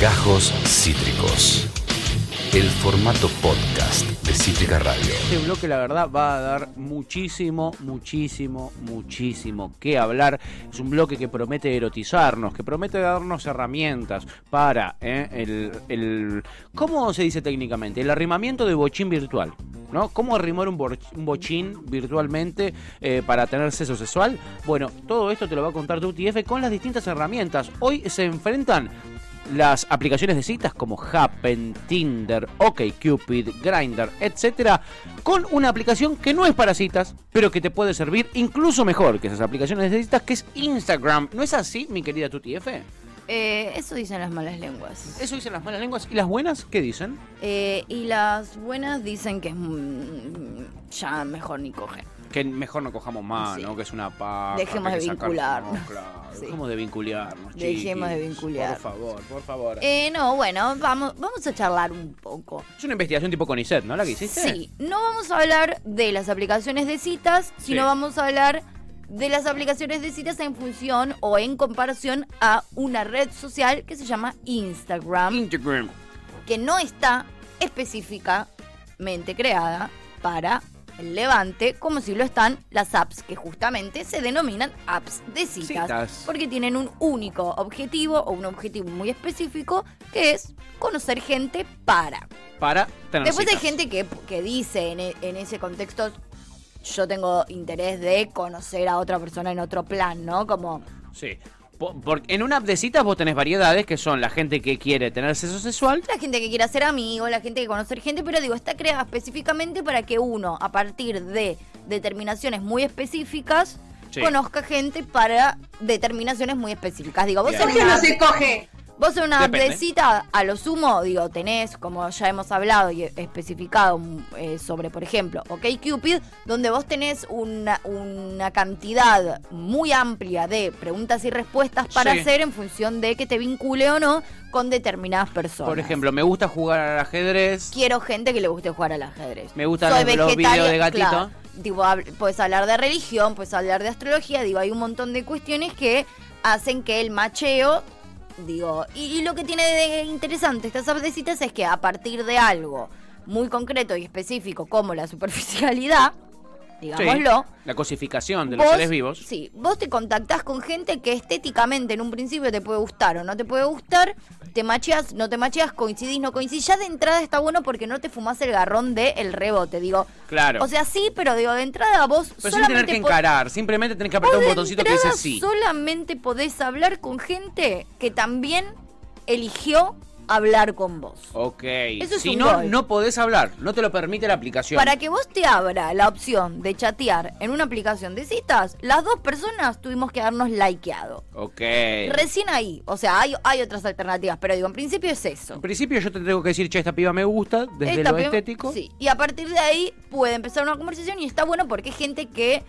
Gajos Cítricos. El formato podcast de Cítrica Radio. Este bloque, la verdad, va a dar muchísimo, muchísimo, muchísimo que hablar. Es un bloque que promete erotizarnos, que promete darnos herramientas para eh, el, el- ¿Cómo se dice técnicamente? El arrimamiento de bochín virtual. ¿no? ¿Cómo arrimar un, borch- un bochín virtualmente eh, para tener sexo sexual? Bueno, todo esto te lo va a contar DutyF con las distintas herramientas. Hoy se enfrentan las aplicaciones de citas como Happen, Tinder, OkCupid, Grindr, etcétera, con una aplicación que no es para citas, pero que te puede servir incluso mejor que esas aplicaciones de citas, que es Instagram. ¿No es así, mi querida Tuti F? Eh, eso dicen las malas lenguas. Eso dicen las malas lenguas. ¿Y las buenas qué dicen? Eh, y las buenas dicen que es mm, ya mejor ni coger. Que mejor no cojamos más, Sí. ¿no? Que es una paja. Dejemos que hay de que sacarnos, vincularnos. claro. Sí. Dejemos de vincularnos, Dejemos de chiquis. vincularnos. Por favor, por favor. Eh, no, bueno, vamos, vamos a charlar un poco. Es una investigación tipo Conicet, ¿no? La que hiciste. Sí, no vamos a hablar de las aplicaciones de citas, sino Sí. vamos a hablar de las aplicaciones de citas en función o en comparación a una red social que se llama Instagram, Instagram. que no está específicamente creada para el levante, como si lo están las apps, que justamente se denominan apps de citas, Citas. porque tienen un único objetivo o un objetivo muy específico, que es conocer gente para. Para tener Después hay Ah, citas. gente que, que dice en, e- en ese contexto, yo tengo interés de conocer a otra persona en otro plan, ¿no? Como, Sí. Po- por- en una app de citas vos tenés variedades que son la gente que quiere tener sexo sexual. la gente que quiere ser amigo, la gente que conocer gente, pero digo, está creada específicamente para que uno, a partir de determinaciones muy específicas, Sí. conozca gente para determinaciones muy específicas. Digo, vos Bien. en ¿Por qué una no app se de- coge? Vos en una app de Depende. cita, a lo sumo, digo, tenés, como ya hemos hablado y especificado mm, eh, sobre, por ejemplo, OkCupid, donde vos tenés una, una cantidad muy amplia de preguntas y respuestas para Sí. hacer en función de que te vincule o no con determinadas personas. Por ejemplo, me gusta jugar al ajedrez. Quiero gente que le guste jugar al ajedrez. Me gustan Soy los- los vegetariana, videos de gatito. claro. Digo, hab- puedes hablar de religión, puedes hablar de astrología, digo, hay un montón de cuestiones que hacen que el macheo, digo, y, y lo que tiene de interesante estas apps de citas es que a partir de algo muy concreto y específico como la superficialidad, Sí. digámoslo, La cosificación de los vos- seres vivos. Sí, vos te contactás con gente que estéticamente en un principio te puede gustar o no te puede gustar, te macheas, no te macheas, coincidís, no coincidís. Ya de entrada está bueno porque no te fumás el garrón del el rebote, digo. Claro. O sea, sí, pero digo, de entrada vos Pero sin tener solamente que po- encarar, simplemente tenés que vos apretar un de botoncito que dice entrada sí. Solamente podés hablar con gente que también eligió hablar con vos. Ok. Eso es si un no, gol. no podés hablar. No te lo permite la aplicación. Para que vos te abra la opción de chatear en una aplicación de citas, las dos personas tuvimos que darnos likeado. Ok. Eh. Recién ahí. O sea, hay, hay otras alternativas, pero digo, en principio es En eso. principio yo te tengo que decir, che, esta piba me gusta, desde Esta lo prim- estético. Sí. Y a partir de ahí puede empezar una conversación y está bueno porque es gente que.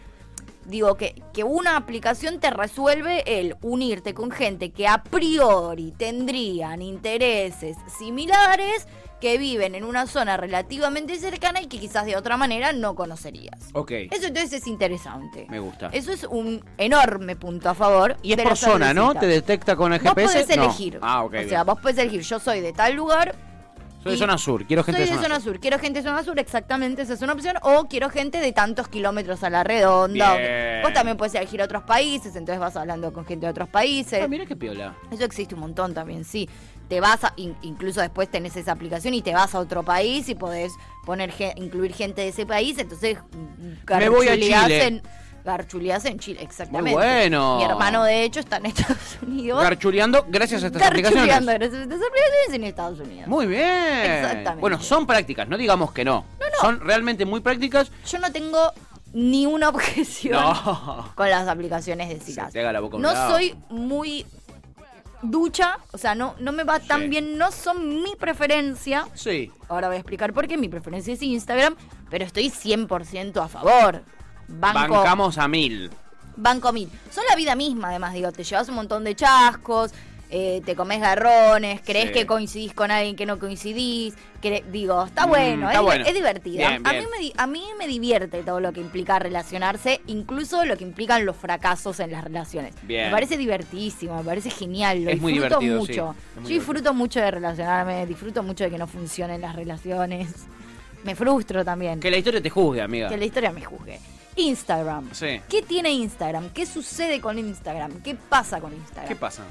Digo, que, que una aplicación te resuelve el unirte con gente que a priori tendrían intereses similares, que viven en una zona relativamente cercana y que quizás de otra manera no conocerías. Ok. Eso entonces es interesante. Me gusta. Eso es un enorme punto a favor. y es de por las apps de zona, ¿no? citas. ¿Te detecta con el Vos GPS? podés No. elegir. Ah, ok. O bien. sea, vos podés elegir, yo soy de tal lugar. Soy de y- zona sur, quiero gente soy de zona sur. Quiero gente de zona sur, exactamente, esa es una opción. O quiero gente de tantos kilómetros a la redonda. Bien. Vos también podés elegir otros países, entonces vas hablando con gente de otros países. Ah, mira qué piola. Eso existe un montón también, sí. Te vas a, in- incluso después tenés esa aplicación y te vas a otro país y podés poner ge- incluir gente de ese país, entonces mm, Me voy a garchuleás Chile. en garchuleás en Chile, exactamente. bueno. Mi hermano de hecho está en Estados Unidos. Garchuleando gracias a estas garchuleando aplicaciones. gracias a estas aplicaciones en Estados Unidos. Muy bien. Exactamente. Bueno, son prácticas, no digamos que no. Son realmente muy prácticas. Yo no tengo ni una objeción No. con las aplicaciones de citas. Se te haga la boca a un no lado. soy muy ducha, o sea, no, no me va tan Sí. bien, no son mi preferencia. Sí. Ahora voy a explicar por qué mi preferencia es Instagram, pero estoy 100% a favor. Banco, Bancamos a mil. banco mil. Son la vida misma, además, digo, te llevas un montón de chascos. eh, te comes garrones, crees Sí. que coincidís con alguien que no coincidís. cre- digo, está Mm, bueno, está es, bueno. es divertido. Bien, A, mí bien. me, di- a mí me divierte todo lo que implica relacionarse, incluso lo que implican los fracasos en las relaciones. Bien. Me parece divertidísimo, me parece genial, lo Es muy disfruto divertido, sí. mucho. Es muy Yo disfruto mucho de relacionarme, disfruto mucho de que no funcionen las relaciones. Me frustro también. Que la historia te juzgue, amiga. Que la historia me juzgue. Instagram. Sí. ¿Qué tiene Instagram? ¿Qué sucede con Instagram? ¿Qué pasa con Instagram? ¿Qué pasa?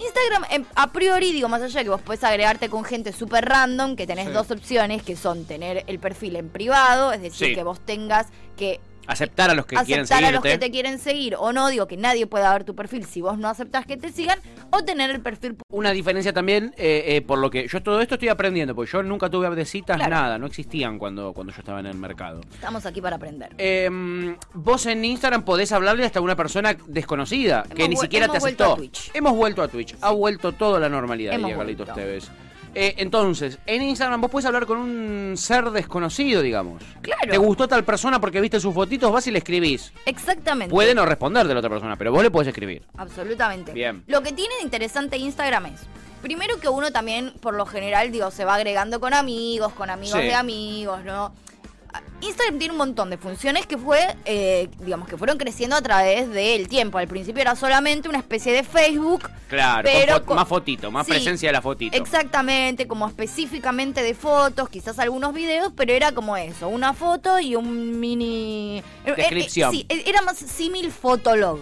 Instagram, em, a priori, digo, más allá de que vos podés agregarte con gente súper random, que tenés Sí. dos opciones, que son tener el perfil en privado, es decir, Sí. que vos tengas que Aceptar a los que quieren aceptar seguirte. a los que te quieren seguir, o no, digo, que nadie pueda ver tu perfil si vos no aceptás que te sigan, o tener el perfil Una diferencia también, eh, eh, por lo que yo todo esto estoy aprendiendo, porque yo nunca tuve de citas, Claro. nada, no existían cuando, cuando yo estaba en el mercado. Estamos aquí para aprender. Em, vos en Instagram podés hablarle hasta a una persona desconocida que Hemos ni vuel- siquiera te hemos vuelto aceptó. a Twitch. Hemos vuelto a Twitch. Ha vuelto toda la normalidad, Hemos diría Carlitos vuelto. Tevez. Eh, entonces, en Instagram vos puedes hablar con un ser desconocido, digamos. Claro. Te gustó tal persona porque viste sus fotitos, vas y le escribís. Exactamente. Puede no responder de la otra persona, pero vos le podés escribir. Absolutamente. Bien. Lo que tiene de interesante Instagram es, primero que uno también, por lo general, digo, se va agregando con amigos, con amigos Sí. de amigos, ¿no? Instagram tiene un montón de funciones que fue, eh, digamos, que fueron creciendo a través del tiempo. Al principio era solamente una especie de Facebook. Claro, Pero con fo- con- más fotito, más Sí. presencia de la fotito. Exactamente, como específicamente de fotos, quizás algunos videos, pero era como eso, una foto y un mini... eh, eh, Descripción. sí, eh, era más símil fotolog.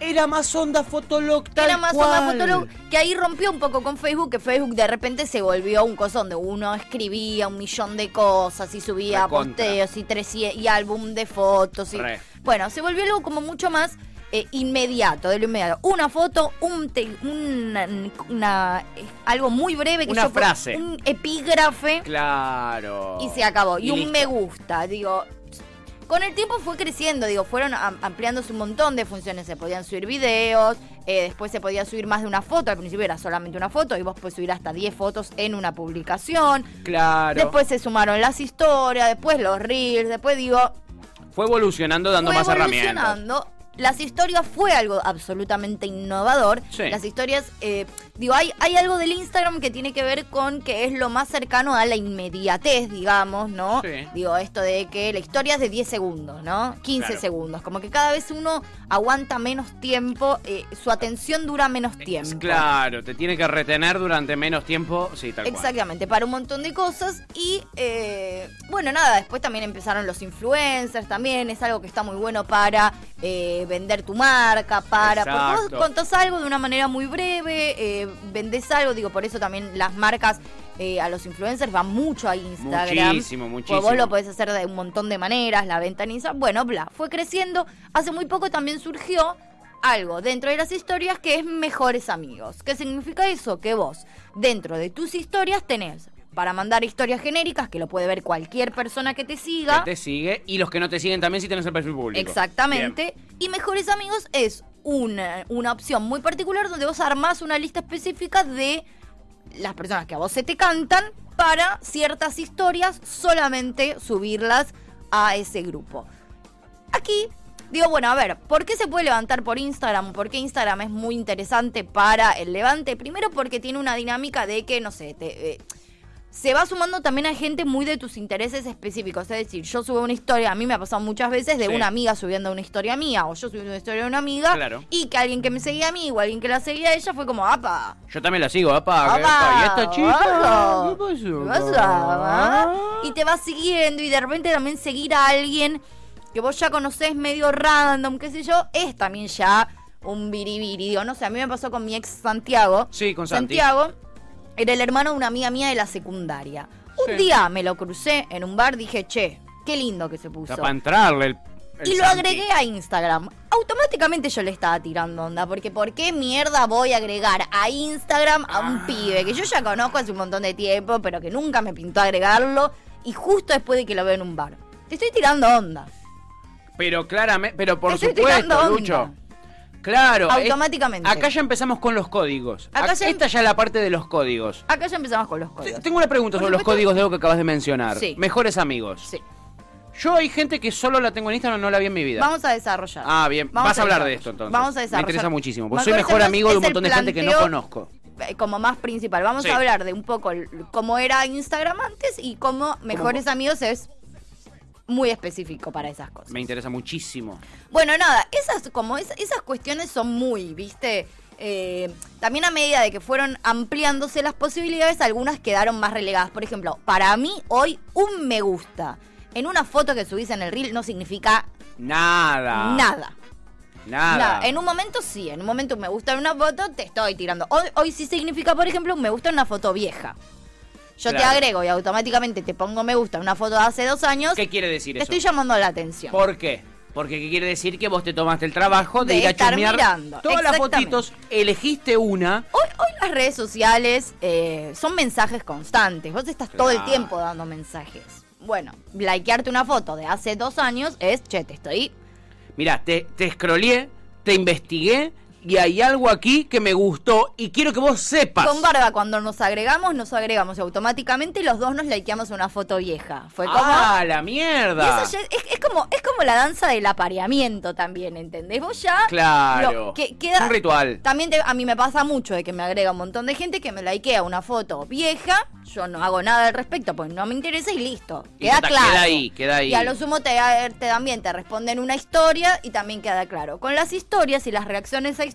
Era más onda fotolog tal era más una cual. fotolog que ahí rompió un poco con Facebook, que Facebook de repente se volvió un cosón donde uno escribía un millón de cosas y subía Recontra. posteos y tres y, y álbum de fotos y Re. bueno, se volvió algo como mucho más eh, inmediato, de lo inmediato. Una foto, un te- una, una- eh, algo muy breve que Una yo po- frase. un epígrafe Claro. y se acabó. Y, un listo. me gusta, digo. Con el tiempo fue creciendo, digo, fueron am- ampliándose un montón de funciones. Se podían subir videos, eh, después se podía subir más de una foto. Al principio era solamente una foto y vos podés subir hasta 10 fotos en una publicación. Claro. Después se sumaron las historias, después los reels, después digo, Fue evolucionando dando fue más herramientas. evolucionando. Las historias fue algo absolutamente innovador. Sí. Las historias, eh, digo, hay, hay algo del Instagram que tiene que ver con que es lo más cercano a la inmediatez, digamos, ¿no? Sí. Digo, esto de que la historia es de 10 segundos, ¿no? 15 Claro. segundos. Como que cada vez uno aguanta menos tiempo, eh, su atención dura menos tiempo. Claro, te tiene que retener durante menos tiempo. Sí, tal cual. Exactamente, para un montón de cosas. Y eh, bueno, nada, después también empezaron los influencers también. Es algo que está muy bueno para eh, vender tu marca, para. Porque Exacto. vos contás algo de una manera muy breve, eh, vendés algo, digo, por eso también las marcas. eh, a los influencers van mucho a Instagram. Muchísimo, Porque muchísimo. Vos lo podés hacer de un montón de maneras, la venta en Instagram. Bueno, bla, fue creciendo. Hace muy poco también surgió algo dentro de las historias que es mejores amigos. ¿Qué significa eso? Que vos, dentro de tus historias, tenés para mandar historias genéricas, que lo puede ver cualquier persona que te siga. Que te sigue y los que no te siguen también si tenés el perfil público. Bien. Exactamente. Y Mejores Amigos es una, una opción muy particular donde vos armás una lista específica de las personas que a vos se te cantan para ciertas historias solamente subirlas a ese grupo. Aquí digo, bueno, a ver, ¿por qué se puede levantar por Instagram? ¿Por qué Instagram es muy interesante para el levante? Primero porque tiene una dinámica de que, no sé, te... eh, se va sumando también a gente muy de tus intereses específicos. Es decir, yo subo una historia, a mí me ha pasado muchas veces de Sí. una amiga subiendo una historia mía, o yo subiendo una historia de una amiga, Claro. y que alguien que me seguía a mí o alguien que la seguía a ella fue como, apa, Yo también la sigo, apa. apa, apa, Y esta chica. ¿Qué apa, ¿qué pasó? Ah. pasaba? Y te vas siguiendo y de repente también seguir a alguien que vos ya conocés medio random, qué sé yo, es también ya un biribiri. Digo, no sé, a mí me pasó con mi ex Santiago. Sí, con Santi. Santiago era el hermano de una amiga mía de la secundaria. Un Sí. día me lo crucé en un bar, dije, che, qué lindo que se puso. Está para entrarle el. el Y lo Santi. agregué a Instagram. Automáticamente yo le estaba tirando onda, porque ¿por qué mierda voy a agregar a Instagram a Ah. un pibe que yo ya conozco hace un montón de tiempo, pero que nunca me pintó agregarlo, y justo después de que lo veo en un bar? Te estoy tirando onda. Pero claramente. Pero por Te estoy tirando supuesto, onda. Lucho. Claro. es- Automáticamente. acá ya empezamos con los códigos. Acá Ac- ya em- Esta ya es la parte de los códigos. Acá ya empezamos con los Te- códigos. Tengo una pregunta Por sobre los supuesto. códigos de lo que acabas de mencionar. Sí. Mejores amigos. Sí. Yo hay gente que solo la tengo en Instagram, no la vi en mi vida. Vamos a desarrollar. ah, bien. Vamos Vas a hablar de desarrollar. esto entonces. Vamos a Me desarrollar. interesa muchísimo, porque Me soy mejor parece amigo más de un es el montón de gente que no planteo conozco. eh, como más principal. Vamos Sí. a hablar de un poco l- cómo era Instagram antes y cómo mejores amigos es muy específico para esas cosas. Me interesa muchísimo. Bueno, nada, esas, como es- esas cuestiones son muy, ¿viste? Eh, también a medida de que fueron ampliándose las posibilidades, algunas quedaron más relegadas. Por ejemplo, para mí hoy un me gusta en una foto que subís en el reel no significa Nada. nada. Nada. Nada. En un momento sí, en un momento un me gusta en una foto, te estoy tirando. Hoy, hoy sí significa, por ejemplo, un me gusta en una foto vieja. Yo te Claro. agrego y automáticamente te pongo me gusta en una foto de hace dos años. ¿Qué quiere decir te eso? estoy llamando la atención. ¿Por qué? Porque ¿qué quiere decir que vos te tomaste el trabajo de, De ir a estar chusmear mirando, todas las exactamente. fotitos, elegiste una. Hoy, hoy las redes sociales eh, son mensajes constantes. Vos estás todo el Claro. tiempo dando mensajes. Bueno, likearte una foto de hace dos años es, che, te estoy... Mirá, te, te scrollé, te investigué y hay algo aquí que me gustó y quiero que vos sepas. Con barba, cuando nos agregamos, nos agregamos y automáticamente los dos nos likeamos una foto vieja. Fue como... ¡Ah, la Y mierda! eso ya es, es como, es como la danza del apareamiento también, ¿entendés? Vos ya... Claro. lo- que, queda, Un ritual. También te- a mí me pasa mucho de que me agrega un montón de gente que me likea una foto vieja, yo no hago nada al respecto porque no me interesa y listo. Y Queda ya está, claro. Queda ahí, queda ahí. Y a lo sumo te, te también te responden una historia y también queda claro. Con las historias y las reacciones a historias,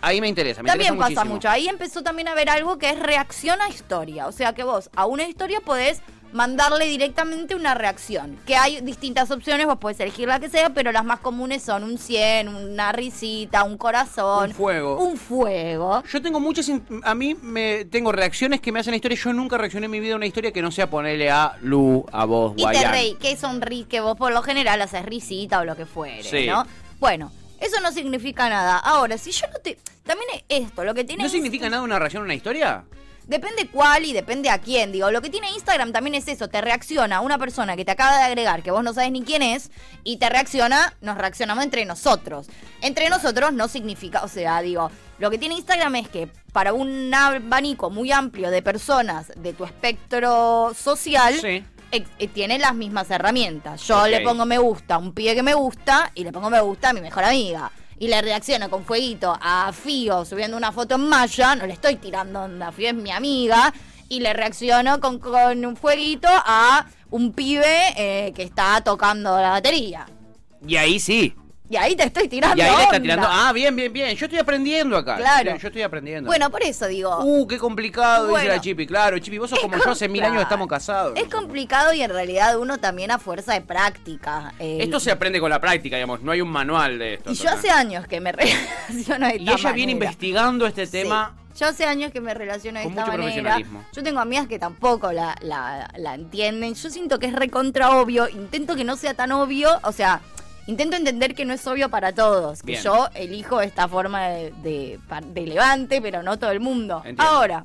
Ahí me interesa, me también interesa pasa muchísimo. mucho. Ahí empezó también a haber algo que es reacción a historia. O sea que vos a una historia podés mandarle directamente una reacción. Que hay distintas opciones, vos podés elegir la que sea, pero las más comunes son un 100, una risita, un corazón. Un fuego. Un fuego. Yo tengo muchas. in- A mí me tengo reacciones que me hacen historias. Yo nunca reaccioné en mi vida a una historia que no sea ponerle a Lu, a vos, Y te Guayán. reí, que sonrí, que vos por lo general haces risita o lo que fuere, Sí. ¿no? Bueno, eso no significa nada. Ahora, si yo no te... También es esto, lo que tiene... ¿No Inst- significa nada una reacción a una historia? Depende cuál y depende a quién, digo. Lo que tiene Instagram también es eso, te reacciona una persona que te acaba de agregar, que vos no sabes ni quién es, y te reacciona, nos reaccionamos entre nosotros. Entre nosotros no significa, o sea, digo, lo que tiene Instagram es que para un abanico muy amplio de personas de tu espectro social, Sí. ex- eh, tiene las mismas herramientas. Yo Ok. le pongo me gusta a un pibe que me gusta y le pongo me gusta a mi mejor amiga. Y le reacciono con fueguito a Fío subiendo una foto en Maya. No le estoy tirando onda. Fío es mi amiga. Y le reacciono con, con un fueguito a un pibe eh, que está tocando la batería. Y ahí sí. Y ahí te estoy tirando Y ahí le está onda. tirando. Ah, bien, bien, bien. Yo estoy aprendiendo acá. Claro. Yo, yo estoy aprendiendo. Bueno, por eso digo. Uh, qué complicado, Bueno. dice la Chipi. Claro, Chipi, vos sos Es como yo hace mil complicado. años estamos casados. Es complicado y en realidad uno también a fuerza de práctica. eh, Esto se aprende con la práctica, digamos. No hay un manual de esto. Y yo hace años que me relaciono de Y esta ella viene manera. investigando este Sí. tema. Yo hace años que me relaciono de Con esta mucho manera. profesionalismo. Yo tengo amigas que tampoco la, la- la entienden. Yo siento que es recontra obvio. Intento que no sea tan obvio. O sea, intento entender que no es obvio para todos. Que Bien. yo elijo esta forma de, de, pa- de levante, pero no todo el mundo. Entiendo. Ahora,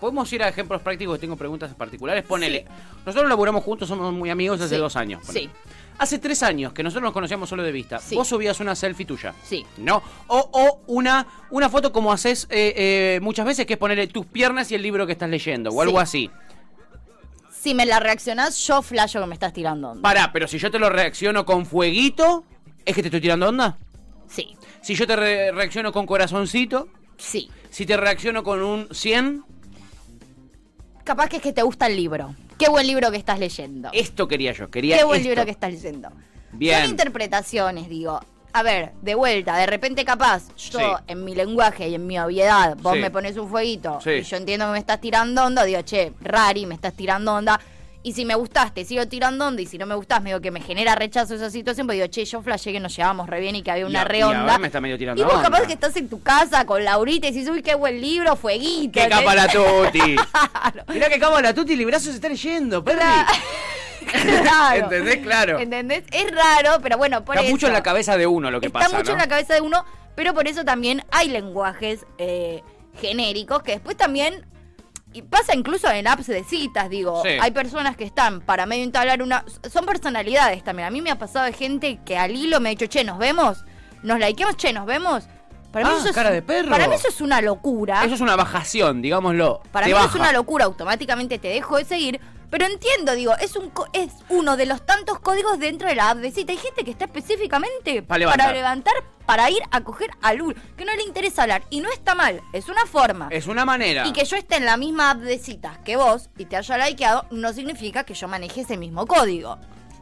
Podemos ir a ejemplos prácticos, tengo preguntas particulares. Ponele. Sí. Nosotros laburamos juntos, somos muy amigos hace Sí. dos años. ponele. Sí. Hace tres años que nosotros nos conocíamos solo de vista. Sí. Vos subías una selfie tuya. sí. ¿No? O, o una, una foto como haces eh, eh, muchas veces, que es ponerle tus piernas y el libro que estás leyendo, o algo así. Si me la reaccionás, yo flasho que me estás tirando onda. Pará, pero si yo te lo reacciono con fueguito, ¿es que te estoy tirando onda? Sí, Si yo te re- reacciono con corazoncito, sí. si te reacciono con un 100, Capaz que es que te gusta el libro. Qué buen libro que estás leyendo. esto quería yo, quería Qué buen esto. libro que estás leyendo. Bien. Son interpretaciones, digo. A ver, de vuelta, de repente capaz, yo Sí. en mi lenguaje y en mi obviedad, vos Sí. me pones un fueguito Sí. y yo entiendo que me estás tirando onda, digo, che, rari, me estás tirando onda. Y si me gustaste, sigo tirando onda. Y si no me gustás, me digo que me genera rechazo esa situación. Pues digo, che, yo flashé que nos llevábamos re bien y que había una a- y re ahora onda. me está medio tirando Y vos capaz onda. que estás en tu casa con Laurita y decís, uy, qué buen libro, fueguito. ¡Qué ¿entendés? capa la Tuti! Mirá que capa la Tuti, el brazo se está leyendo, Perry. Claro. ¿Entendés? Claro. ¿Entendés? Es raro, pero bueno, por Está eso. mucho en la cabeza de uno lo que Está pasa, mucho ¿no? en la cabeza de uno, pero por eso también hay lenguajes eh, genéricos que después también. Y pasa incluso en apps de citas, digo. Sí. Hay personas que están para medio entablar una. Son personalidades también. A mí me ha pasado de gente que al hilo me ha dicho, che, nos vemos. Nos likeemos, che, nos vemos. Para mí Ah, eso es, cara de perro. Para mí eso es una locura. Eso es una bajación, digámoslo. Para Te mí baja. es una locura, automáticamente te dejo de seguir, Pero entiendo, digo, es un co- es uno de los tantos códigos dentro de la app de cita. Hay gente que está específicamente Pa' levantar. para levantar, para ir a coger al Lul, que no le interesa hablar. Y no está mal, es una forma. Es una manera. Y que yo esté en la misma app de citas que vos y te haya likeado, no significa que yo maneje ese mismo código.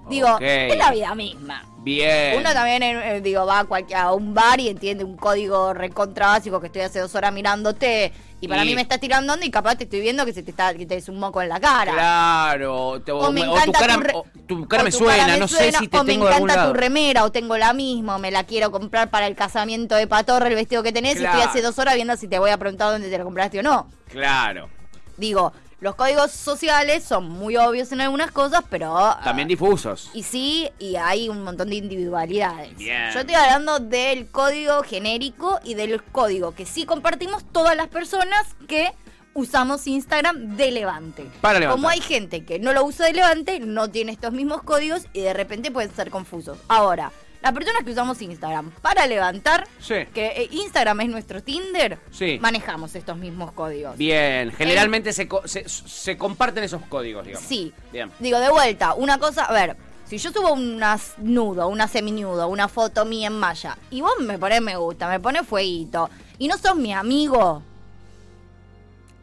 Digo, Ok. es la vida misma. Bien. Uno también, eh, eh, digo, va a, cualquier- a un bar y entiende un código recontra básico que estoy hace dos horas mirándote y para Y- mí me estás tirando onda y capaz te estoy viendo que se te está que te des un moco en la cara. Claro. Te- o, me- o tu cara, re- o tu cara o me tu suena, cara me no sé suena, si te o tengo me de algún encanta lado. tu remera o tengo la misma o me la quiero comprar para el casamiento de Patorre el vestido que tenés y Claro. estoy hace dos horas viendo si te voy a preguntar dónde te lo compraste o no. Claro. Digo, los códigos sociales son muy obvios en algunas cosas, pero... ah, También difusos. y sí, y hay un montón de individualidades. Bien. Yo estoy hablando del código genérico y del código que sí compartimos todas las personas que usamos Instagram de Levante. Para levantar. Como hay gente que no lo usa de Levante, no tiene estos mismos códigos y de repente pueden ser confusos. Ahora, las personas que usamos Instagram para levantar, Sí. que eh, Instagram es nuestro Tinder, Sí. manejamos estos mismos códigos. Eh. Bien. Generalmente se, co- se, se comparten esos códigos, digamos. Sí. Bien. Digo, de vuelta, una cosa, a ver, si yo subo una s- nudo, una seminudo, una foto mía en malla, y vos me pones me gusta, me pones fueguito, y no sos mi amigo,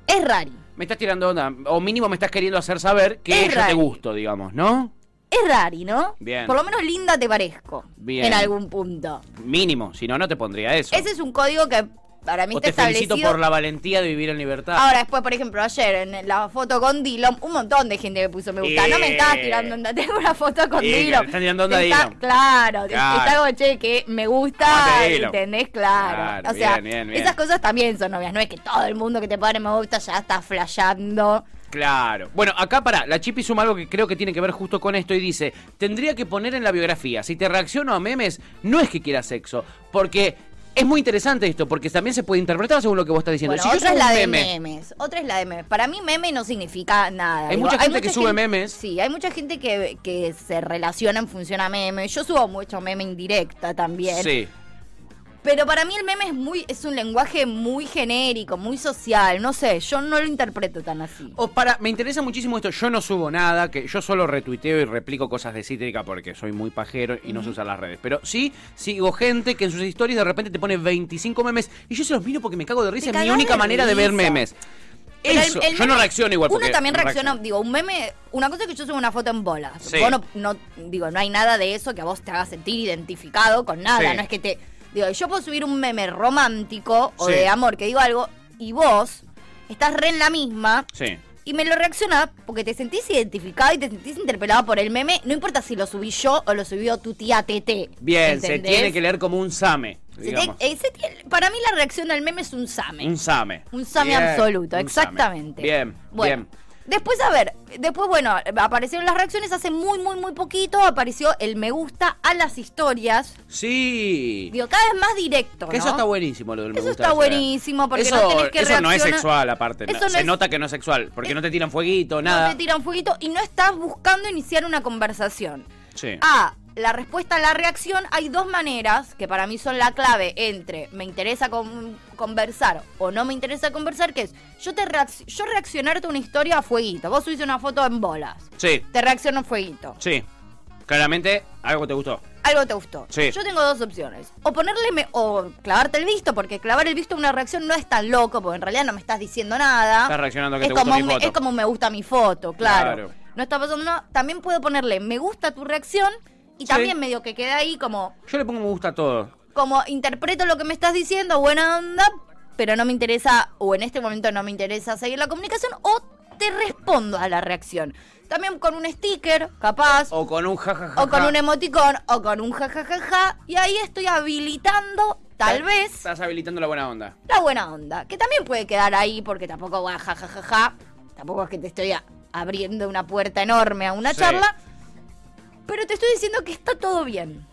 es rari. Me estás tirando onda. O mínimo me estás queriendo hacer saber que Es yo te raro. gusto, digamos, ¿no? Es rari, ¿no? Bien. Por lo menos linda te parezco. Bien. En algún punto. Mínimo. Si no, no te pondría eso. Ese es un código que para mí o está te felicito establecido. por la valentía de vivir en libertad. Ahora, después, por ejemplo, ayer en la foto con Dillom, un montón de gente me puso me gusta. No me estás Eh. tirando onda. Tengo una foto con Sí, que Dillom. le están tirando onda Te a está- Dillom. Claro, te- Claro. está como, che, que me gusta. Aguante Dillom. ¿Entendés? Claro. Claro, O sea, bien, bien, bien. esas cosas también son novias. No es que todo el mundo que te pone me gusta ya está flasheando. Claro. Bueno, acá para, la Chipi suma algo que creo que tiene que ver justo con esto y dice, tendría que poner en la biografía, si te reacciono a memes, no es que quiera sexo, porque es muy interesante esto, porque también se puede interpretar según lo que vos estás diciendo. Bueno, si yo otra subo es la un de meme, memes. Otra es la de memes. Para mí meme no significa nada. Hay mucha gente que sube gen- memes. Sí, hay mucha gente que, que se relaciona en función a memes. Yo subo mucho meme indirecta también. Sí. Pero para mí el meme es muy es un lenguaje muy genérico, muy social, no sé, yo no lo interpreto tan así. O para, me interesa muchísimo esto, yo no subo nada, que yo solo retuiteo y replico cosas de Cítrica porque soy muy pajero y no sé usar las redes. Pero sí sigo gente que en sus historias de repente te pone 25 memes y yo se los miro porque me cago de risa, es mi cagás única de manera de ver risa. memes. Pero el- Eso, el yo no meme- reacciono igual Uno porque también no reacciona, digo, un meme, una cosa es que yo subo una foto en bolas. Sí. Vos no, no- digo, no hay nada de eso que a vos te haga sentir identificado con nada, Sí. no es que te digo, yo puedo subir un meme romántico o Sí. de amor que digo algo y vos estás re en la misma Sí. y me lo reaccionás porque te sentís identificado y te sentís interpelado por el meme, no importa si lo subí yo o lo subió tu tía Tete. Bien, se ¿entendés? tiene que leer como un same, Se te- digamos. eh, se tiene- para mí la reacción al meme es un same. Un same. Un same Bien, absoluto, un same. exactamente. Bien, bueno, bien. Después, a ver, después, bueno, aparecieron las reacciones hace muy, muy, muy poquito. Apareció el me gusta a las historias. Sí. Digo, cada vez más directo. que eso ¿no? está buenísimo lo del me Eso gusta ¿eh? está de Instagram. buenísimo, porque eso, no tenés que eso no es reaccionar. sexual aparte. Eso no- no se es- nota que no es sexual, porque Es- no te tiran fueguito, No nada. te tiran fueguito y no estás buscando iniciar una conversación. Sí. A, la respuesta a la reacción, hay dos maneras que para mí son la clave entre me interesa con- conversar o no me interesa conversar, que es yo, te reacc- yo reaccionarte a una historia a fueguito. Vos subiste una foto en bolas. Sí, Te reacciono a fueguito. sí. Claramente algo te gustó. Algo te gustó. Sí. Yo tengo dos opciones. O ponerle me- o clavarte el visto, porque clavar el visto a una reacción no es tan loco, porque en realidad no me estás diciendo nada. Estás reaccionando a que es te como gustó mi me, foto. Es como me gusta mi foto, claro. Claro. No está pasando nada. También puedo ponerle me gusta tu reacción y Sí. también medio que queda ahí como Yo le pongo me gusta a todo. como interpreto lo que me estás diciendo, buena onda, pero no me interesa, o en este momento no me interesa seguir la comunicación, o te respondo a la reacción. También con un sticker, capaz, o, O con un jajaja. con un emoticón, o con un jajajaja, y ahí estoy habilitando, tal vez, Estás habilitando la buena onda. la buena onda, que también puede quedar ahí, porque tampoco va jajajaja, tampoco es que te estoy a- abriendo una puerta enorme a una Sí. charla, pero te estoy diciendo que está todo bien.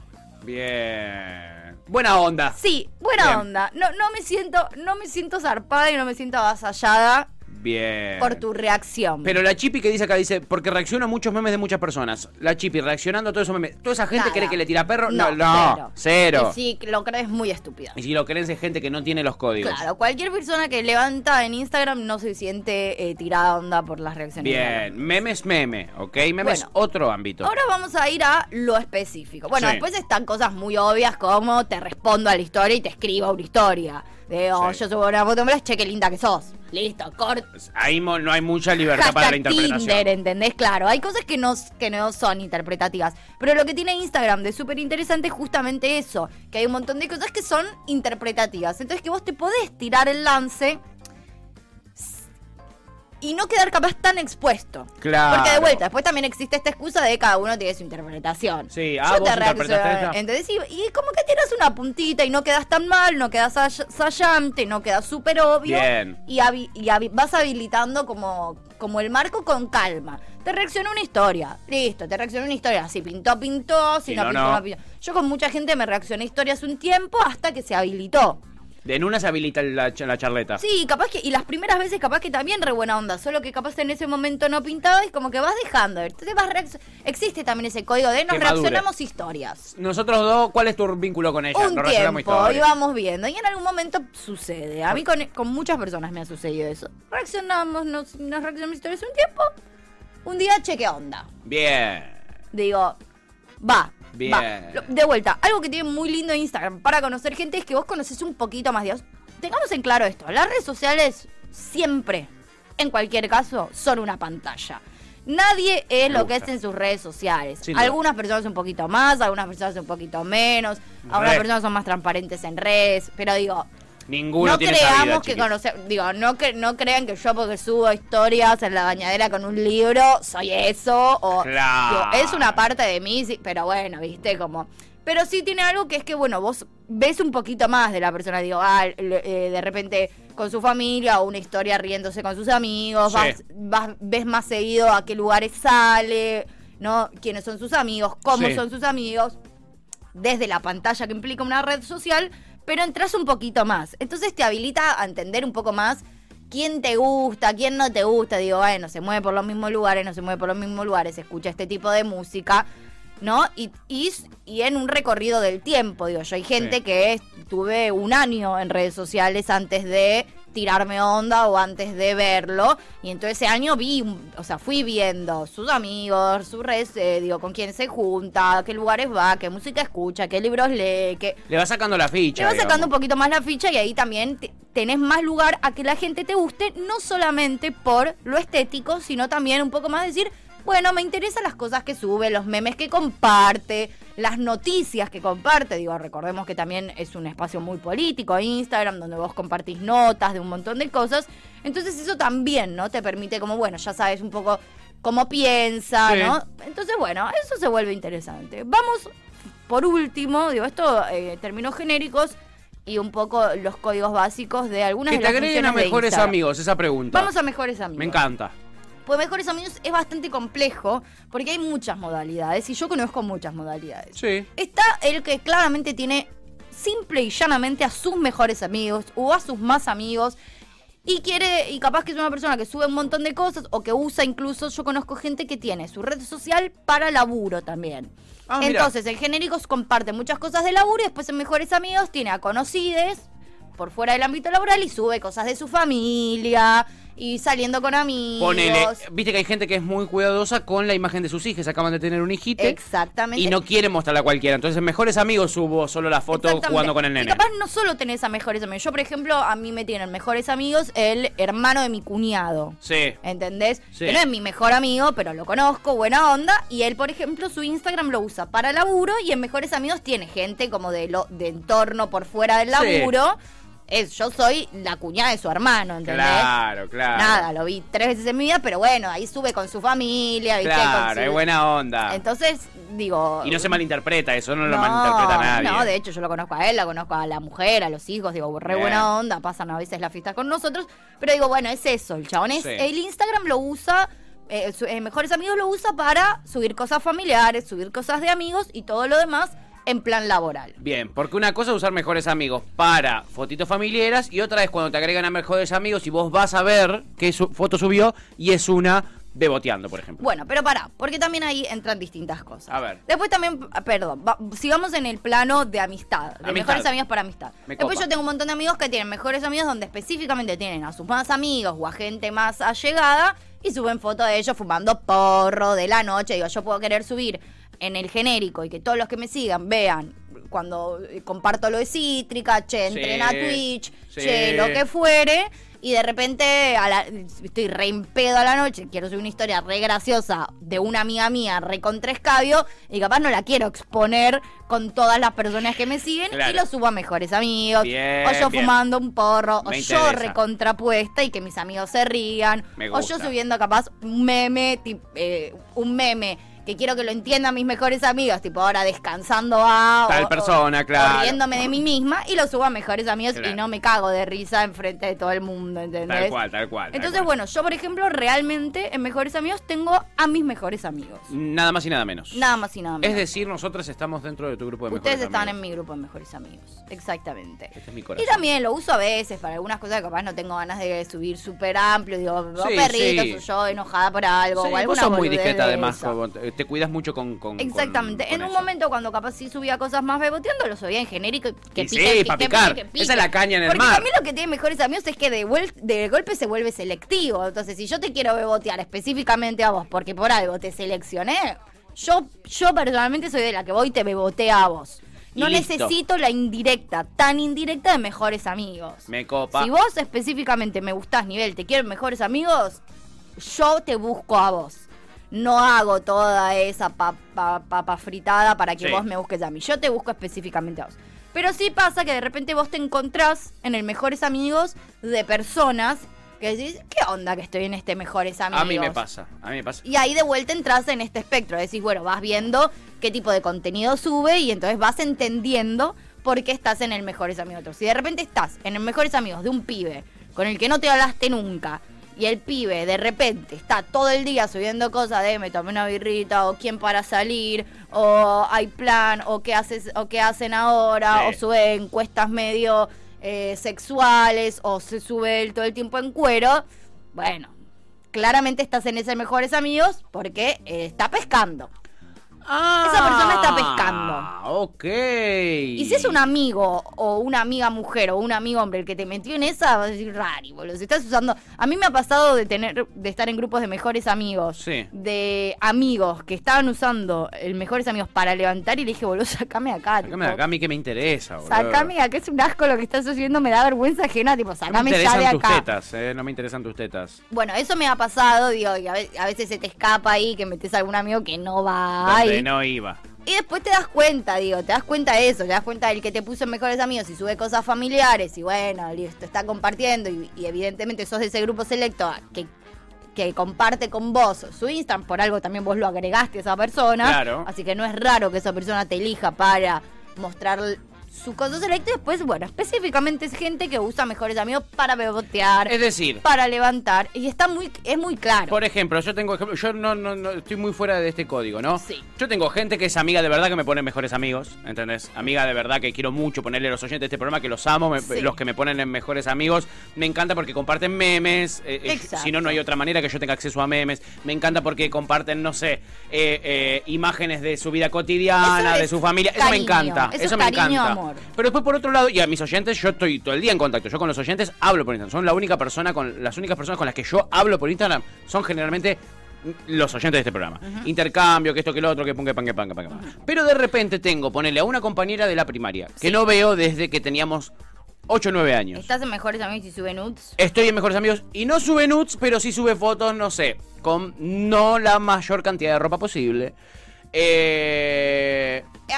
Bien. Buena onda. Sí, buena Bien. onda. No, no me siento, no me siento zarpada y no me siento avasallada Bien. por tu reacción. Pero la chipi que dice acá dice, porque reacciona a muchos memes de muchas personas. La chipi reaccionando a todos esos memes. ¿Toda esa gente Nada. cree que le tira perro? No, no, cero. Y si lo crees muy estúpida. Y si lo creen es gente que no tiene los códigos. Claro, cualquier persona que levanta en Instagram no se siente eh, tirada onda por las reacciones. de la Bien, memes, meme, ¿ok? Memes, Bueno. otro ámbito. Ahora vamos a ir a lo específico. Bueno, Sí. después están cosas muy obvias como te respondo a la historia y te escribo una historia. De, oh, Sí. yo subo una foto, hombre, che, qué linda que sos. Listo, corto. Pues Ahí mo- no hay mucha libertad para la Hashtag interpretación. Tinder, ¿entendés? Claro, hay cosas que no, que no son interpretativas. Pero lo que tiene Instagram de súper interesante es justamente eso, que hay un montón de cosas que son interpretativas. Entonces que vos te podés tirar el lance y no quedar capaz tan expuesto. Claro. Porque de vuelta, después también existe esta excusa de cada uno tiene su interpretación. Sí, ah, vos interpretaste reacciono, esta. ¿entendés? Y, y como que tiras una puntita y no quedas tan mal, no quedas say- sayante, no quedas súper obvio. Bien. Y, habi- y habi- vas habilitando como, como el marco con calma. Te reaccionó una historia, listo, te reaccionó una historia. Si pintó, pintó, si Si no, no, pintó, no. no pintó. Yo con mucha gente me reaccioné historias un tiempo hasta que se habilitó. En una se habilita la, ch- la charleta. Sí, capaz que. Y las primeras veces, capaz que también re buena onda. Solo que capaz en ese momento no pintaba y como que vas dejando. Entonces vas reacc- Existe también ese código de nos Que madure. reaccionamos historias. Nosotros dos, ¿cuál es tu vínculo con ella? Un Nos relacionamos tiempo historias. íbamos viendo y en algún momento sucede. A mí con, con muchas personas me ha sucedido eso. Reaccionamos, nos, nos reaccionamos historias un tiempo. Un día, che, ¿qué onda? Bien. Digo, va. Bien. va. Lo- De vuelta, algo que tiene muy lindo Instagram para conocer gente es que vos conoces un poquito más de Dios. Tengamos en claro esto, las redes sociales siempre, en cualquier caso, son una pantalla. Nadie es Me lo que es gusta. en sus redes sociales. Sin duda. algunas personas un poquito más, algunas personas un poquito menos, algunas Re. personas son más transparentes en redes, pero digo, Ninguno no tiene creamos esa vida, que chiquis. conocer, digo, no cre- no crean que yo porque subo historias en la bañadera con un libro soy eso o Claro. digo, es una parte de mí, sí, pero bueno, viste como pero sí tiene algo que es que bueno, vos ves un poquito más de la persona, digo, ah, le- eh, de repente con su familia o una historia riéndose con sus amigos, Sí. vas, vas- ves más seguido a qué lugares sale, ¿no? Quiénes son sus amigos, cómo Sí. son sus amigos desde la pantalla que implica una red social, pero entras un poquito más. Entonces te habilita a entender un poco más quién te gusta, quién no te gusta. Digo, bueno, se mueve por los mismos lugares, no se mueve por los mismos lugares, escucha este tipo de música, ¿no? Y, y, y en un recorrido del tiempo, digo, yo hay gente Sí. que estuve un año en redes sociales antes de tirarme onda o antes de verlo y entonces ese año vi, un- o sea, fui viendo sus amigos, sus redes, eh, digo, con quién se junta, a qué lugares va, qué música escucha, qué libros lee, qué... Le va sacando la ficha. Te vas sacando un digamos. poquito más la ficha y ahí también te- tenés más lugar a que la gente te guste, no solamente por lo estético, sino también un poco más decir, bueno, me interesan las cosas que sube, los memes que comparte, las noticias que comparte. Digo, recordemos que también es un espacio muy político, Instagram, donde vos compartís notas de un montón de cosas. Entonces eso también, ¿no? Te permite como, bueno, ya sabes un poco cómo piensa, Sí. ¿no? Entonces, bueno, eso se vuelve interesante. Vamos, por último, digo, esto eh, términos genéricos y un poco los códigos básicos de algunas Que te de las agreguen funciones a de mejores Instagram. amigos, esa pregunta. Vamos a mejores amigos. Me encanta. Pues mejores amigos es bastante complejo porque hay muchas modalidades y yo conozco muchas modalidades. Sí. Está el que claramente tiene simple y llanamente a sus mejores amigos o a sus más amigos y quiere, y capaz que es una persona que sube un montón de cosas o que usa incluso, yo conozco gente que tiene su red social para laburo también. Ah, mira. Entonces, en genéricos comparte muchas cosas de laburo y después en mejores amigos tiene a conocides por fuera del ámbito laboral y sube cosas de su familia y saliendo con amigos. Ponele. Viste que hay gente que es muy cuidadosa con la imagen de sus hijos. Acaban de tener un hijito. Exactamente. Y no quiere mostrarla a cualquiera. Entonces, mejores amigos subo solo la foto Exactamente. jugando con el nene. Y capaz no solo tenés a mejores amigos. Yo, por ejemplo, a mí me tienen mejores amigos el hermano de mi cuñado. Sí. ¿Entendés? Sí. Que no es mi mejor amigo, pero lo conozco, buena onda. Y él, por ejemplo, su Instagram lo usa para laburo y en Mejores Amigos tiene gente como de, lo, de entorno por fuera del Sí. laburo. Es, yo soy la cuñada de su hermano, ¿entendés? Claro, claro. Nada, lo vi tres veces en mi vida, pero bueno, ahí sube con su familia, ¿viste? Con Claro, su- es buena onda. Entonces, digo... Y no se malinterpreta eso, no, lo malinterpreta nadie. No, de hecho, yo lo conozco a él, la conozco a la mujer, a los hijos, digo, re Bien. buena onda, pasan a veces las fiestas con nosotros, pero digo, bueno, es eso, el chabón es, Sí. el Instagram lo usa, eh, su- eh, mejores amigos lo usa para subir cosas familiares, subir cosas de amigos y todo lo demás. en plan laboral. Bien, porque una cosa es usar mejores amigos para fotitos familiares y otra es cuando te agregan a mejores amigos y vos vas a ver qué su- foto subió y es una beboteando, por ejemplo. Bueno, pero pará, porque también ahí entran distintas cosas. A ver. Después también, ah, perdón, va- sigamos en el plano de amistad, de Amistad. mejores amigos para amistad. Me Después copa. yo tengo un montón de amigos que tienen mejores amigos donde específicamente tienen a sus más amigos o a gente más allegada y suben fotos de ellos fumando porro de la noche. Digo, yo puedo querer subir en el genérico y que todos los que me sigan vean cuando eh, comparto lo de Cítrica, che, Sí, entren a Twitch, sí. che, lo que fuere. Y de repente a la- estoy re en pedo a la noche, quiero subir una historia re graciosa de una amiga mía, re contra escabio, y capaz no la quiero exponer con todas las personas que me siguen y Claro. lo subo a mejores amigos, Bien, o yo bien. fumando un porro, o Me yo interesa. recontrapuesta y que mis amigos se rían, Me o yo gusta. subiendo capaz un meme, tip- eh, un meme que quiero que lo entiendan mis mejores amigos, tipo ahora descansando a... Tal o- o- persona, claro. o riéndome de mí misma y lo subo a mejores amigos y Claro. no me cago de risa enfrente de todo el mundo, ¿entendés? Tal cual, tal cual. tal Entonces, cual. bueno, yo, por ejemplo, realmente en Mejores Amigos tengo a mis mejores amigos. Nada más y nada menos. Nada más y nada menos. Es decir, nosotros estamos dentro de tu grupo de Ustedes mejores están en amigos. mi grupo de Mejores Amigos. Exactamente. Este es mi corazón. Y también lo uso a veces para algunas cosas que capaz no tengo ganas de subir súper amplio. Digo, vos Sí, perrito, sí. soy yo enojada por algo. Sí, o alguna vos sos muy boludez discreta de además, esa. como te te cuidas mucho con... con- con- Exactamente. con en un eso. momento cuando capaz sí subía cosas más beboteando, lo subía en genérico y que Y pique, sí, que- pa' que picar. pique, que pique. Esa es la caña en el Porque mar. también lo que tiene mejores amigos es que de, vuel- de golpe se vuelve selectivo. Entonces, si yo te quiero bebotear específicamente a vos porque por algo te seleccioné, yo, yo personalmente soy de la que voy y te bebotea a vos. Y No listo. necesito la indirecta, tan indirecta de mejores amigos. Me copa. Si vos específicamente me gustás, nivel, te quiero en mejores amigos, yo te busco a vos. No hago toda esa pa- pa- papa fritada para que Sí. vos me busques a mí. Yo te busco específicamente a vos. Pero sí pasa que de repente vos te encontrás en el mejores amigos de personas que decís, ¿qué onda que estoy en este mejores amigos? A mí me pasa, a mí me pasa. Y ahí de vuelta entras en este espectro. Decís, bueno, vas viendo qué tipo de contenido sube y entonces vas entendiendo por qué estás en el Mejores Amigos de otros. Si de repente estás en el Mejores Amigos de un pibe con el que no te hablaste nunca y el pibe de repente está todo el día subiendo cosas de me tomé una birrita o quién para salir o hay plan o qué haces o qué hacen ahora Sí. Ah, o sube encuestas medio eh, sexuales o se sube el- todo el tiempo en cuero. Bueno, claramente estás en ese mejores amigos porque eh, está pescando. Esa persona está pescando. Ah, ok. Y si es un amigo o una amiga mujer o un amigo hombre el que te metió en esa, vas a decir, rari, boludo. Si estás usando. A mí me ha pasado de tener, de estar en grupos de mejores amigos. Sí. De amigos que estaban usando el mejores amigos para levantar y le dije, boludo, sacame de acá. Sácame de tipo, acá, a mí que me interesa, boludo. Sacame de acá, es un asco lo que estás haciendo, me da vergüenza ajena, tipo, No me sacame ya interesan de tus acá. tetas, eh, no me interesan tus tetas. Bueno, eso me ha pasado, digo, y a ve- a veces se te escapa ahí que metes a algún amigo que no va. Donde y- no iba. Y después te das cuenta, digo, te das cuenta de eso, te das cuenta del que te puso en mejores amigos y sube cosas familiares y bueno, listo, está compartiendo y, y evidentemente sos de ese grupo selecto que, que comparte con vos su Instagram, por algo también vos lo agregaste a esa persona, Claro. así que no es raro que esa persona te elija para mostrar su cosa selecta y después, bueno, específicamente es gente que usa mejores amigos para bebotear, Es decir, para levantar y está muy, es muy claro. por ejemplo, yo tengo ejemplo, yo no, no, no, estoy muy fuera de este código, ¿no? Sí. Yo tengo gente que es amiga de verdad que me pone mejores amigos, ¿entendés? Amiga de verdad que quiero mucho ponerle a los oyentes de este programa que los amo, me- Sí. los que me ponen en mejores amigos, me encanta porque comparten memes, eh, eh, Exacto. si no no hay otra manera que yo tenga acceso a memes, me encanta porque comparten, no sé, eh, eh, imágenes de su vida cotidiana, Eso de es su familia, eso me cariño, encanta, eso eso, es me cariño, encanta. amor. Pero después por otro lado, y a mis oyentes, yo estoy todo el día en contacto. Yo con los oyentes hablo por Instagram. Son la única persona con las únicas personas con las que yo hablo por Instagram son generalmente los oyentes de este programa. Intercambio, que esto, que lo otro, que pum, que pan, que pan, que pan, que pan. Pero de repente tengo, ponele a una compañera de la primaria, que no veo desde que teníamos 8 o 9 años. Estás en mejores amigos y sube nudes. Estoy en Mejores Amigos y no sube nudes, pero sí sube fotos, no sé, con no la mayor cantidad de ropa posible. Eh, Eh,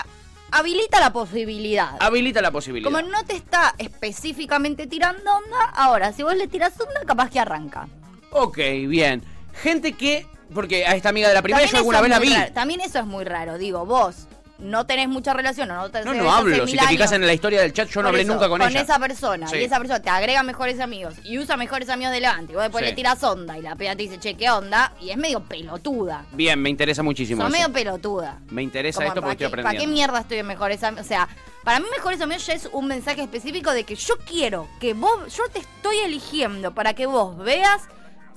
Habilita la posibilidad. habilita la posibilidad. Como no te está específicamente tirando onda, ahora si vos le tiras onda, capaz que arranca. Ok, bien. Gente que. Porque a esta amiga de la primera yo También alguna eso vez es la muy vi. raro- también eso es muy raro, digo, vos no tenés mucha relación o no te No, ves no hace hablo. mil Si te fijas años. en la historia del chat, yo no Por hablé eso, nunca con, ella. esa persona. Sí. Y esa persona te agrega mejores amigos y usa mejores amigos delante. Y vos después Sí. le tiras onda y la pega te dice, che, ¿qué onda? Y es medio pelotuda. Bien, me interesa muchísimo. Son eso. medio pelotuda. Me interesa Como, esto porque estoy ¿para qué- ¿Para qué aprendiendo. mierda estoy en mejores amigos? O sea, para mí mejores amigos ya es un mensaje específico de que yo quiero que vos, yo te estoy eligiendo para que vos veas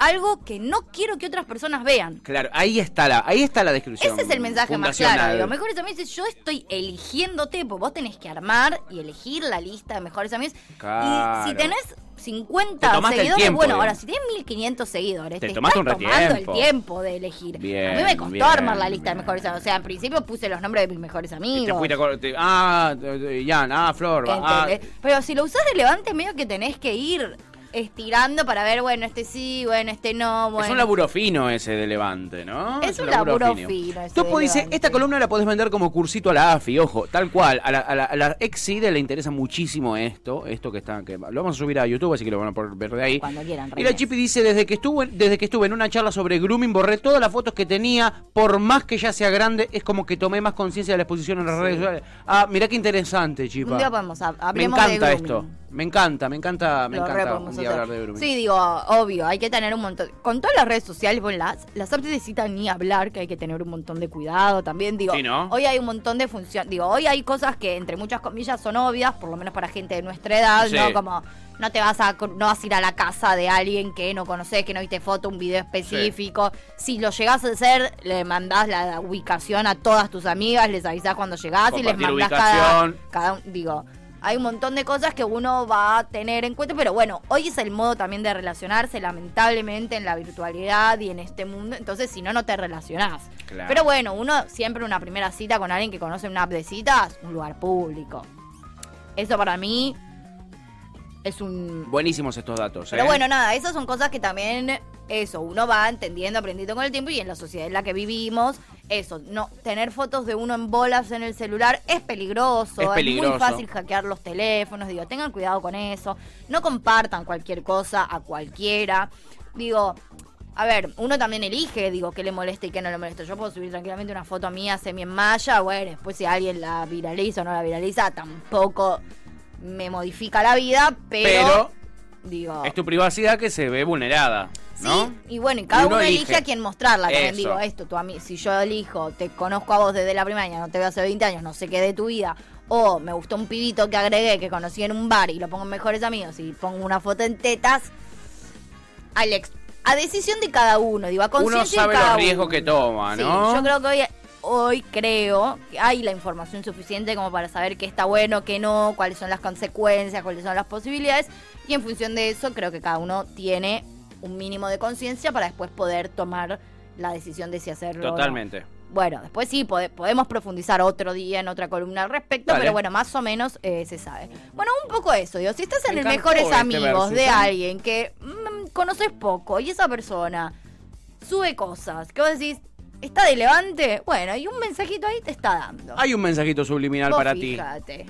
algo que no quiero que otras personas vean. Claro, ahí está la, ahí está la descripción. Ese es el mensaje más claro. fundacional. Digo, mejores amigos es yo estoy eligiéndote, pues vos tenés que armar y elegir la lista de mejores amigos. Claro. Y si tenés Te 50 tomaste el seguidores, tiempo, bueno, digamos. ahora si tenés 1500 seguidores, Te te, tomaste un estás tomando retiempo. el tiempo de elegir. Bien, a mí me costó bien, armar la lista bien. de mejores amigos. O sea, en principio puse los nombres de mis mejores Y amigos. te fuiste a cor- te- Ah, eh, Jan, ah, Flor. que Ah, entendés. Este, Pero si lo usás de levante, medio que tenés que ir estirando para ver, bueno, este sí, bueno, este no, bueno. Es un laburo fino ese de Levante, ¿no? Es un laburo fino ese Topo de dice, Levante. esta columna la podés vender como cursito a la AFI, ojo, tal cual. A la, a la, a la ex CIDE le interesa muchísimo esto, esto que está, que lo vamos a subir a YouTube, así que lo van a poder ver de ahí. Cuando quieran, Y la Reyes. Chipi dice, desde que estuve, desde que estuve en una charla sobre grooming, borré todas las fotos que tenía, por más que ya sea grande, es como que tomé más conciencia de la exposición en las redes sociales. Ah, mirá qué interesante, Chipa. Un día podemos hab- Me hablemos de encanta esto. grooming. Me encanta, me encanta, me Lo re encanta podemos un día hacer. hablar de grooming. Sí, digo, obvio, hay que tener un montón. Con todas las redes sociales, vos las, las apps de cita ni hablar, que hay que tener un montón de cuidado también. Digo, Sí, ¿no? hoy hay un montón de funciones. Digo, hoy hay cosas que, entre muchas comillas, son obvias, por lo menos para gente de nuestra edad, Sí. ¿no? Como. No te vas a cru- no vas a ir a la casa de alguien que no conoces, que no viste foto, un video específico. Si lo llegás a hacer, le mandás la ubicación a todas tus amigas, les avisás cuando llegás y les Compartir mandás cada, ubicación. cada un- digo, hay un montón de cosas que uno va a tener en cuenta, pero bueno, hoy es el modo también de relacionarse, lamentablemente, en la virtualidad y en este mundo, entonces si no, no te relacionás. Claro. Pero bueno, uno siempre una primera cita con alguien que conoce una app de citas, un lugar público. Eso para mí es un, Buenísimos estos datos. pero ¿eh? bueno, nada, esas son cosas que también, eso, uno va entendiendo, aprendiendo con el tiempo y en la sociedad en la que vivimos, eso, no, tener fotos de uno en bolas en el celular es peligroso, Es peligroso. muy fácil hackear los teléfonos, digo, tengan cuidado con eso, no compartan cualquier cosa a cualquiera, digo... A ver, uno también elige, digo, qué le molesta y qué no le molesta. Yo puedo subir tranquilamente una foto mía semi en malla, bueno, después si alguien la viraliza o no la viraliza, tampoco me modifica la vida, Pero- pero, digo, Es tu privacidad que se ve vulnerada, Sí, ¿no? y bueno, y cada Uno uno, elige. elige. a quién mostrarla. También Eso. digo esto, tú a mí, si yo elijo, te conozco a vos desde la primaria, no te veo hace 20 años, no sé qué de tu vida, o me gustó un pibito que agregué, que conocí en un bar y lo pongo en mejores amigos y pongo una foto en tetas, Alex, a decisión de cada uno, digo, a Uno conciencia de sabe cada los riesgos uno. que toma, Sí, ¿no? yo creo que hoy, hoy creo que hay la información suficiente como para saber qué está bueno, qué no, cuáles son las consecuencias, cuáles son las posibilidades. Y en función de eso, creo que cada uno tiene un mínimo de conciencia para después poder tomar la decisión de si hacerlo. o no. Totalmente. Bueno, después sí, pode- podemos profundizar otro día en otra columna al respecto, Dale. pero bueno, más o menos eh, se sabe. Bueno, un poco eso, digo, si estás en Me el encantó mejores este amigos verso, de ¿sí? alguien que mm, conoces poco y esa persona sube cosas que vos decís, está de levante, bueno, y un mensajito ahí te está dando. Hay un mensajito subliminal Vos para fíjate.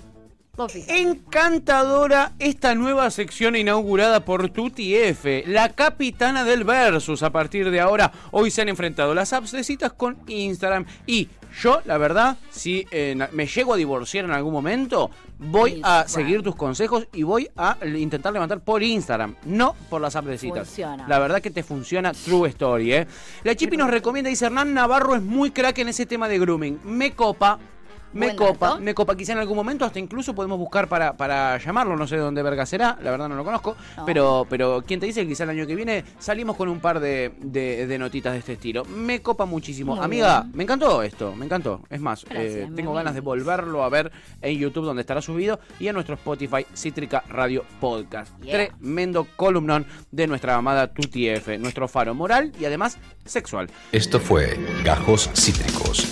Vos ti. fíjate. Encantadora esta nueva sección inaugurada por Tuti F, la capitana del versus. A partir de ahora, hoy se han enfrentado las apps de citas con Instagram. Y yo, la verdad, si eh, na- me llego a divorciar en algún momento, voy Sí, a bueno. seguir tus consejos y voy a l- intentar levantar por Instagram, no por las apps de citas. Funciona. La verdad que te funciona True Story, ¿eh? La Chipi nos recomienda, dice Hernán Navarro es muy crack en ese tema de grooming. Me copa, me Buen copa, dato. me copa. Quizá en algún momento hasta incluso podemos buscar para, para llamarlo, no sé dónde verga será, la verdad no lo conozco. No. Pero, pero quien te dice que quizá el año que viene salimos con un par de, de- de notitas de este estilo. Me copa muchísimo. Muy Amiga, bien. me encantó esto, me encantó. Es más, Gracias, eh, mi tengo amiga. ganas de volverlo a ver en YouTube donde estará subido y en nuestro Spotify Cítrica Radio Podcast. Yeah. Tremendo columnón de nuestra amada Tuti F, nuestro faro moral y además sexual. Esto fue Gajos Cítricos.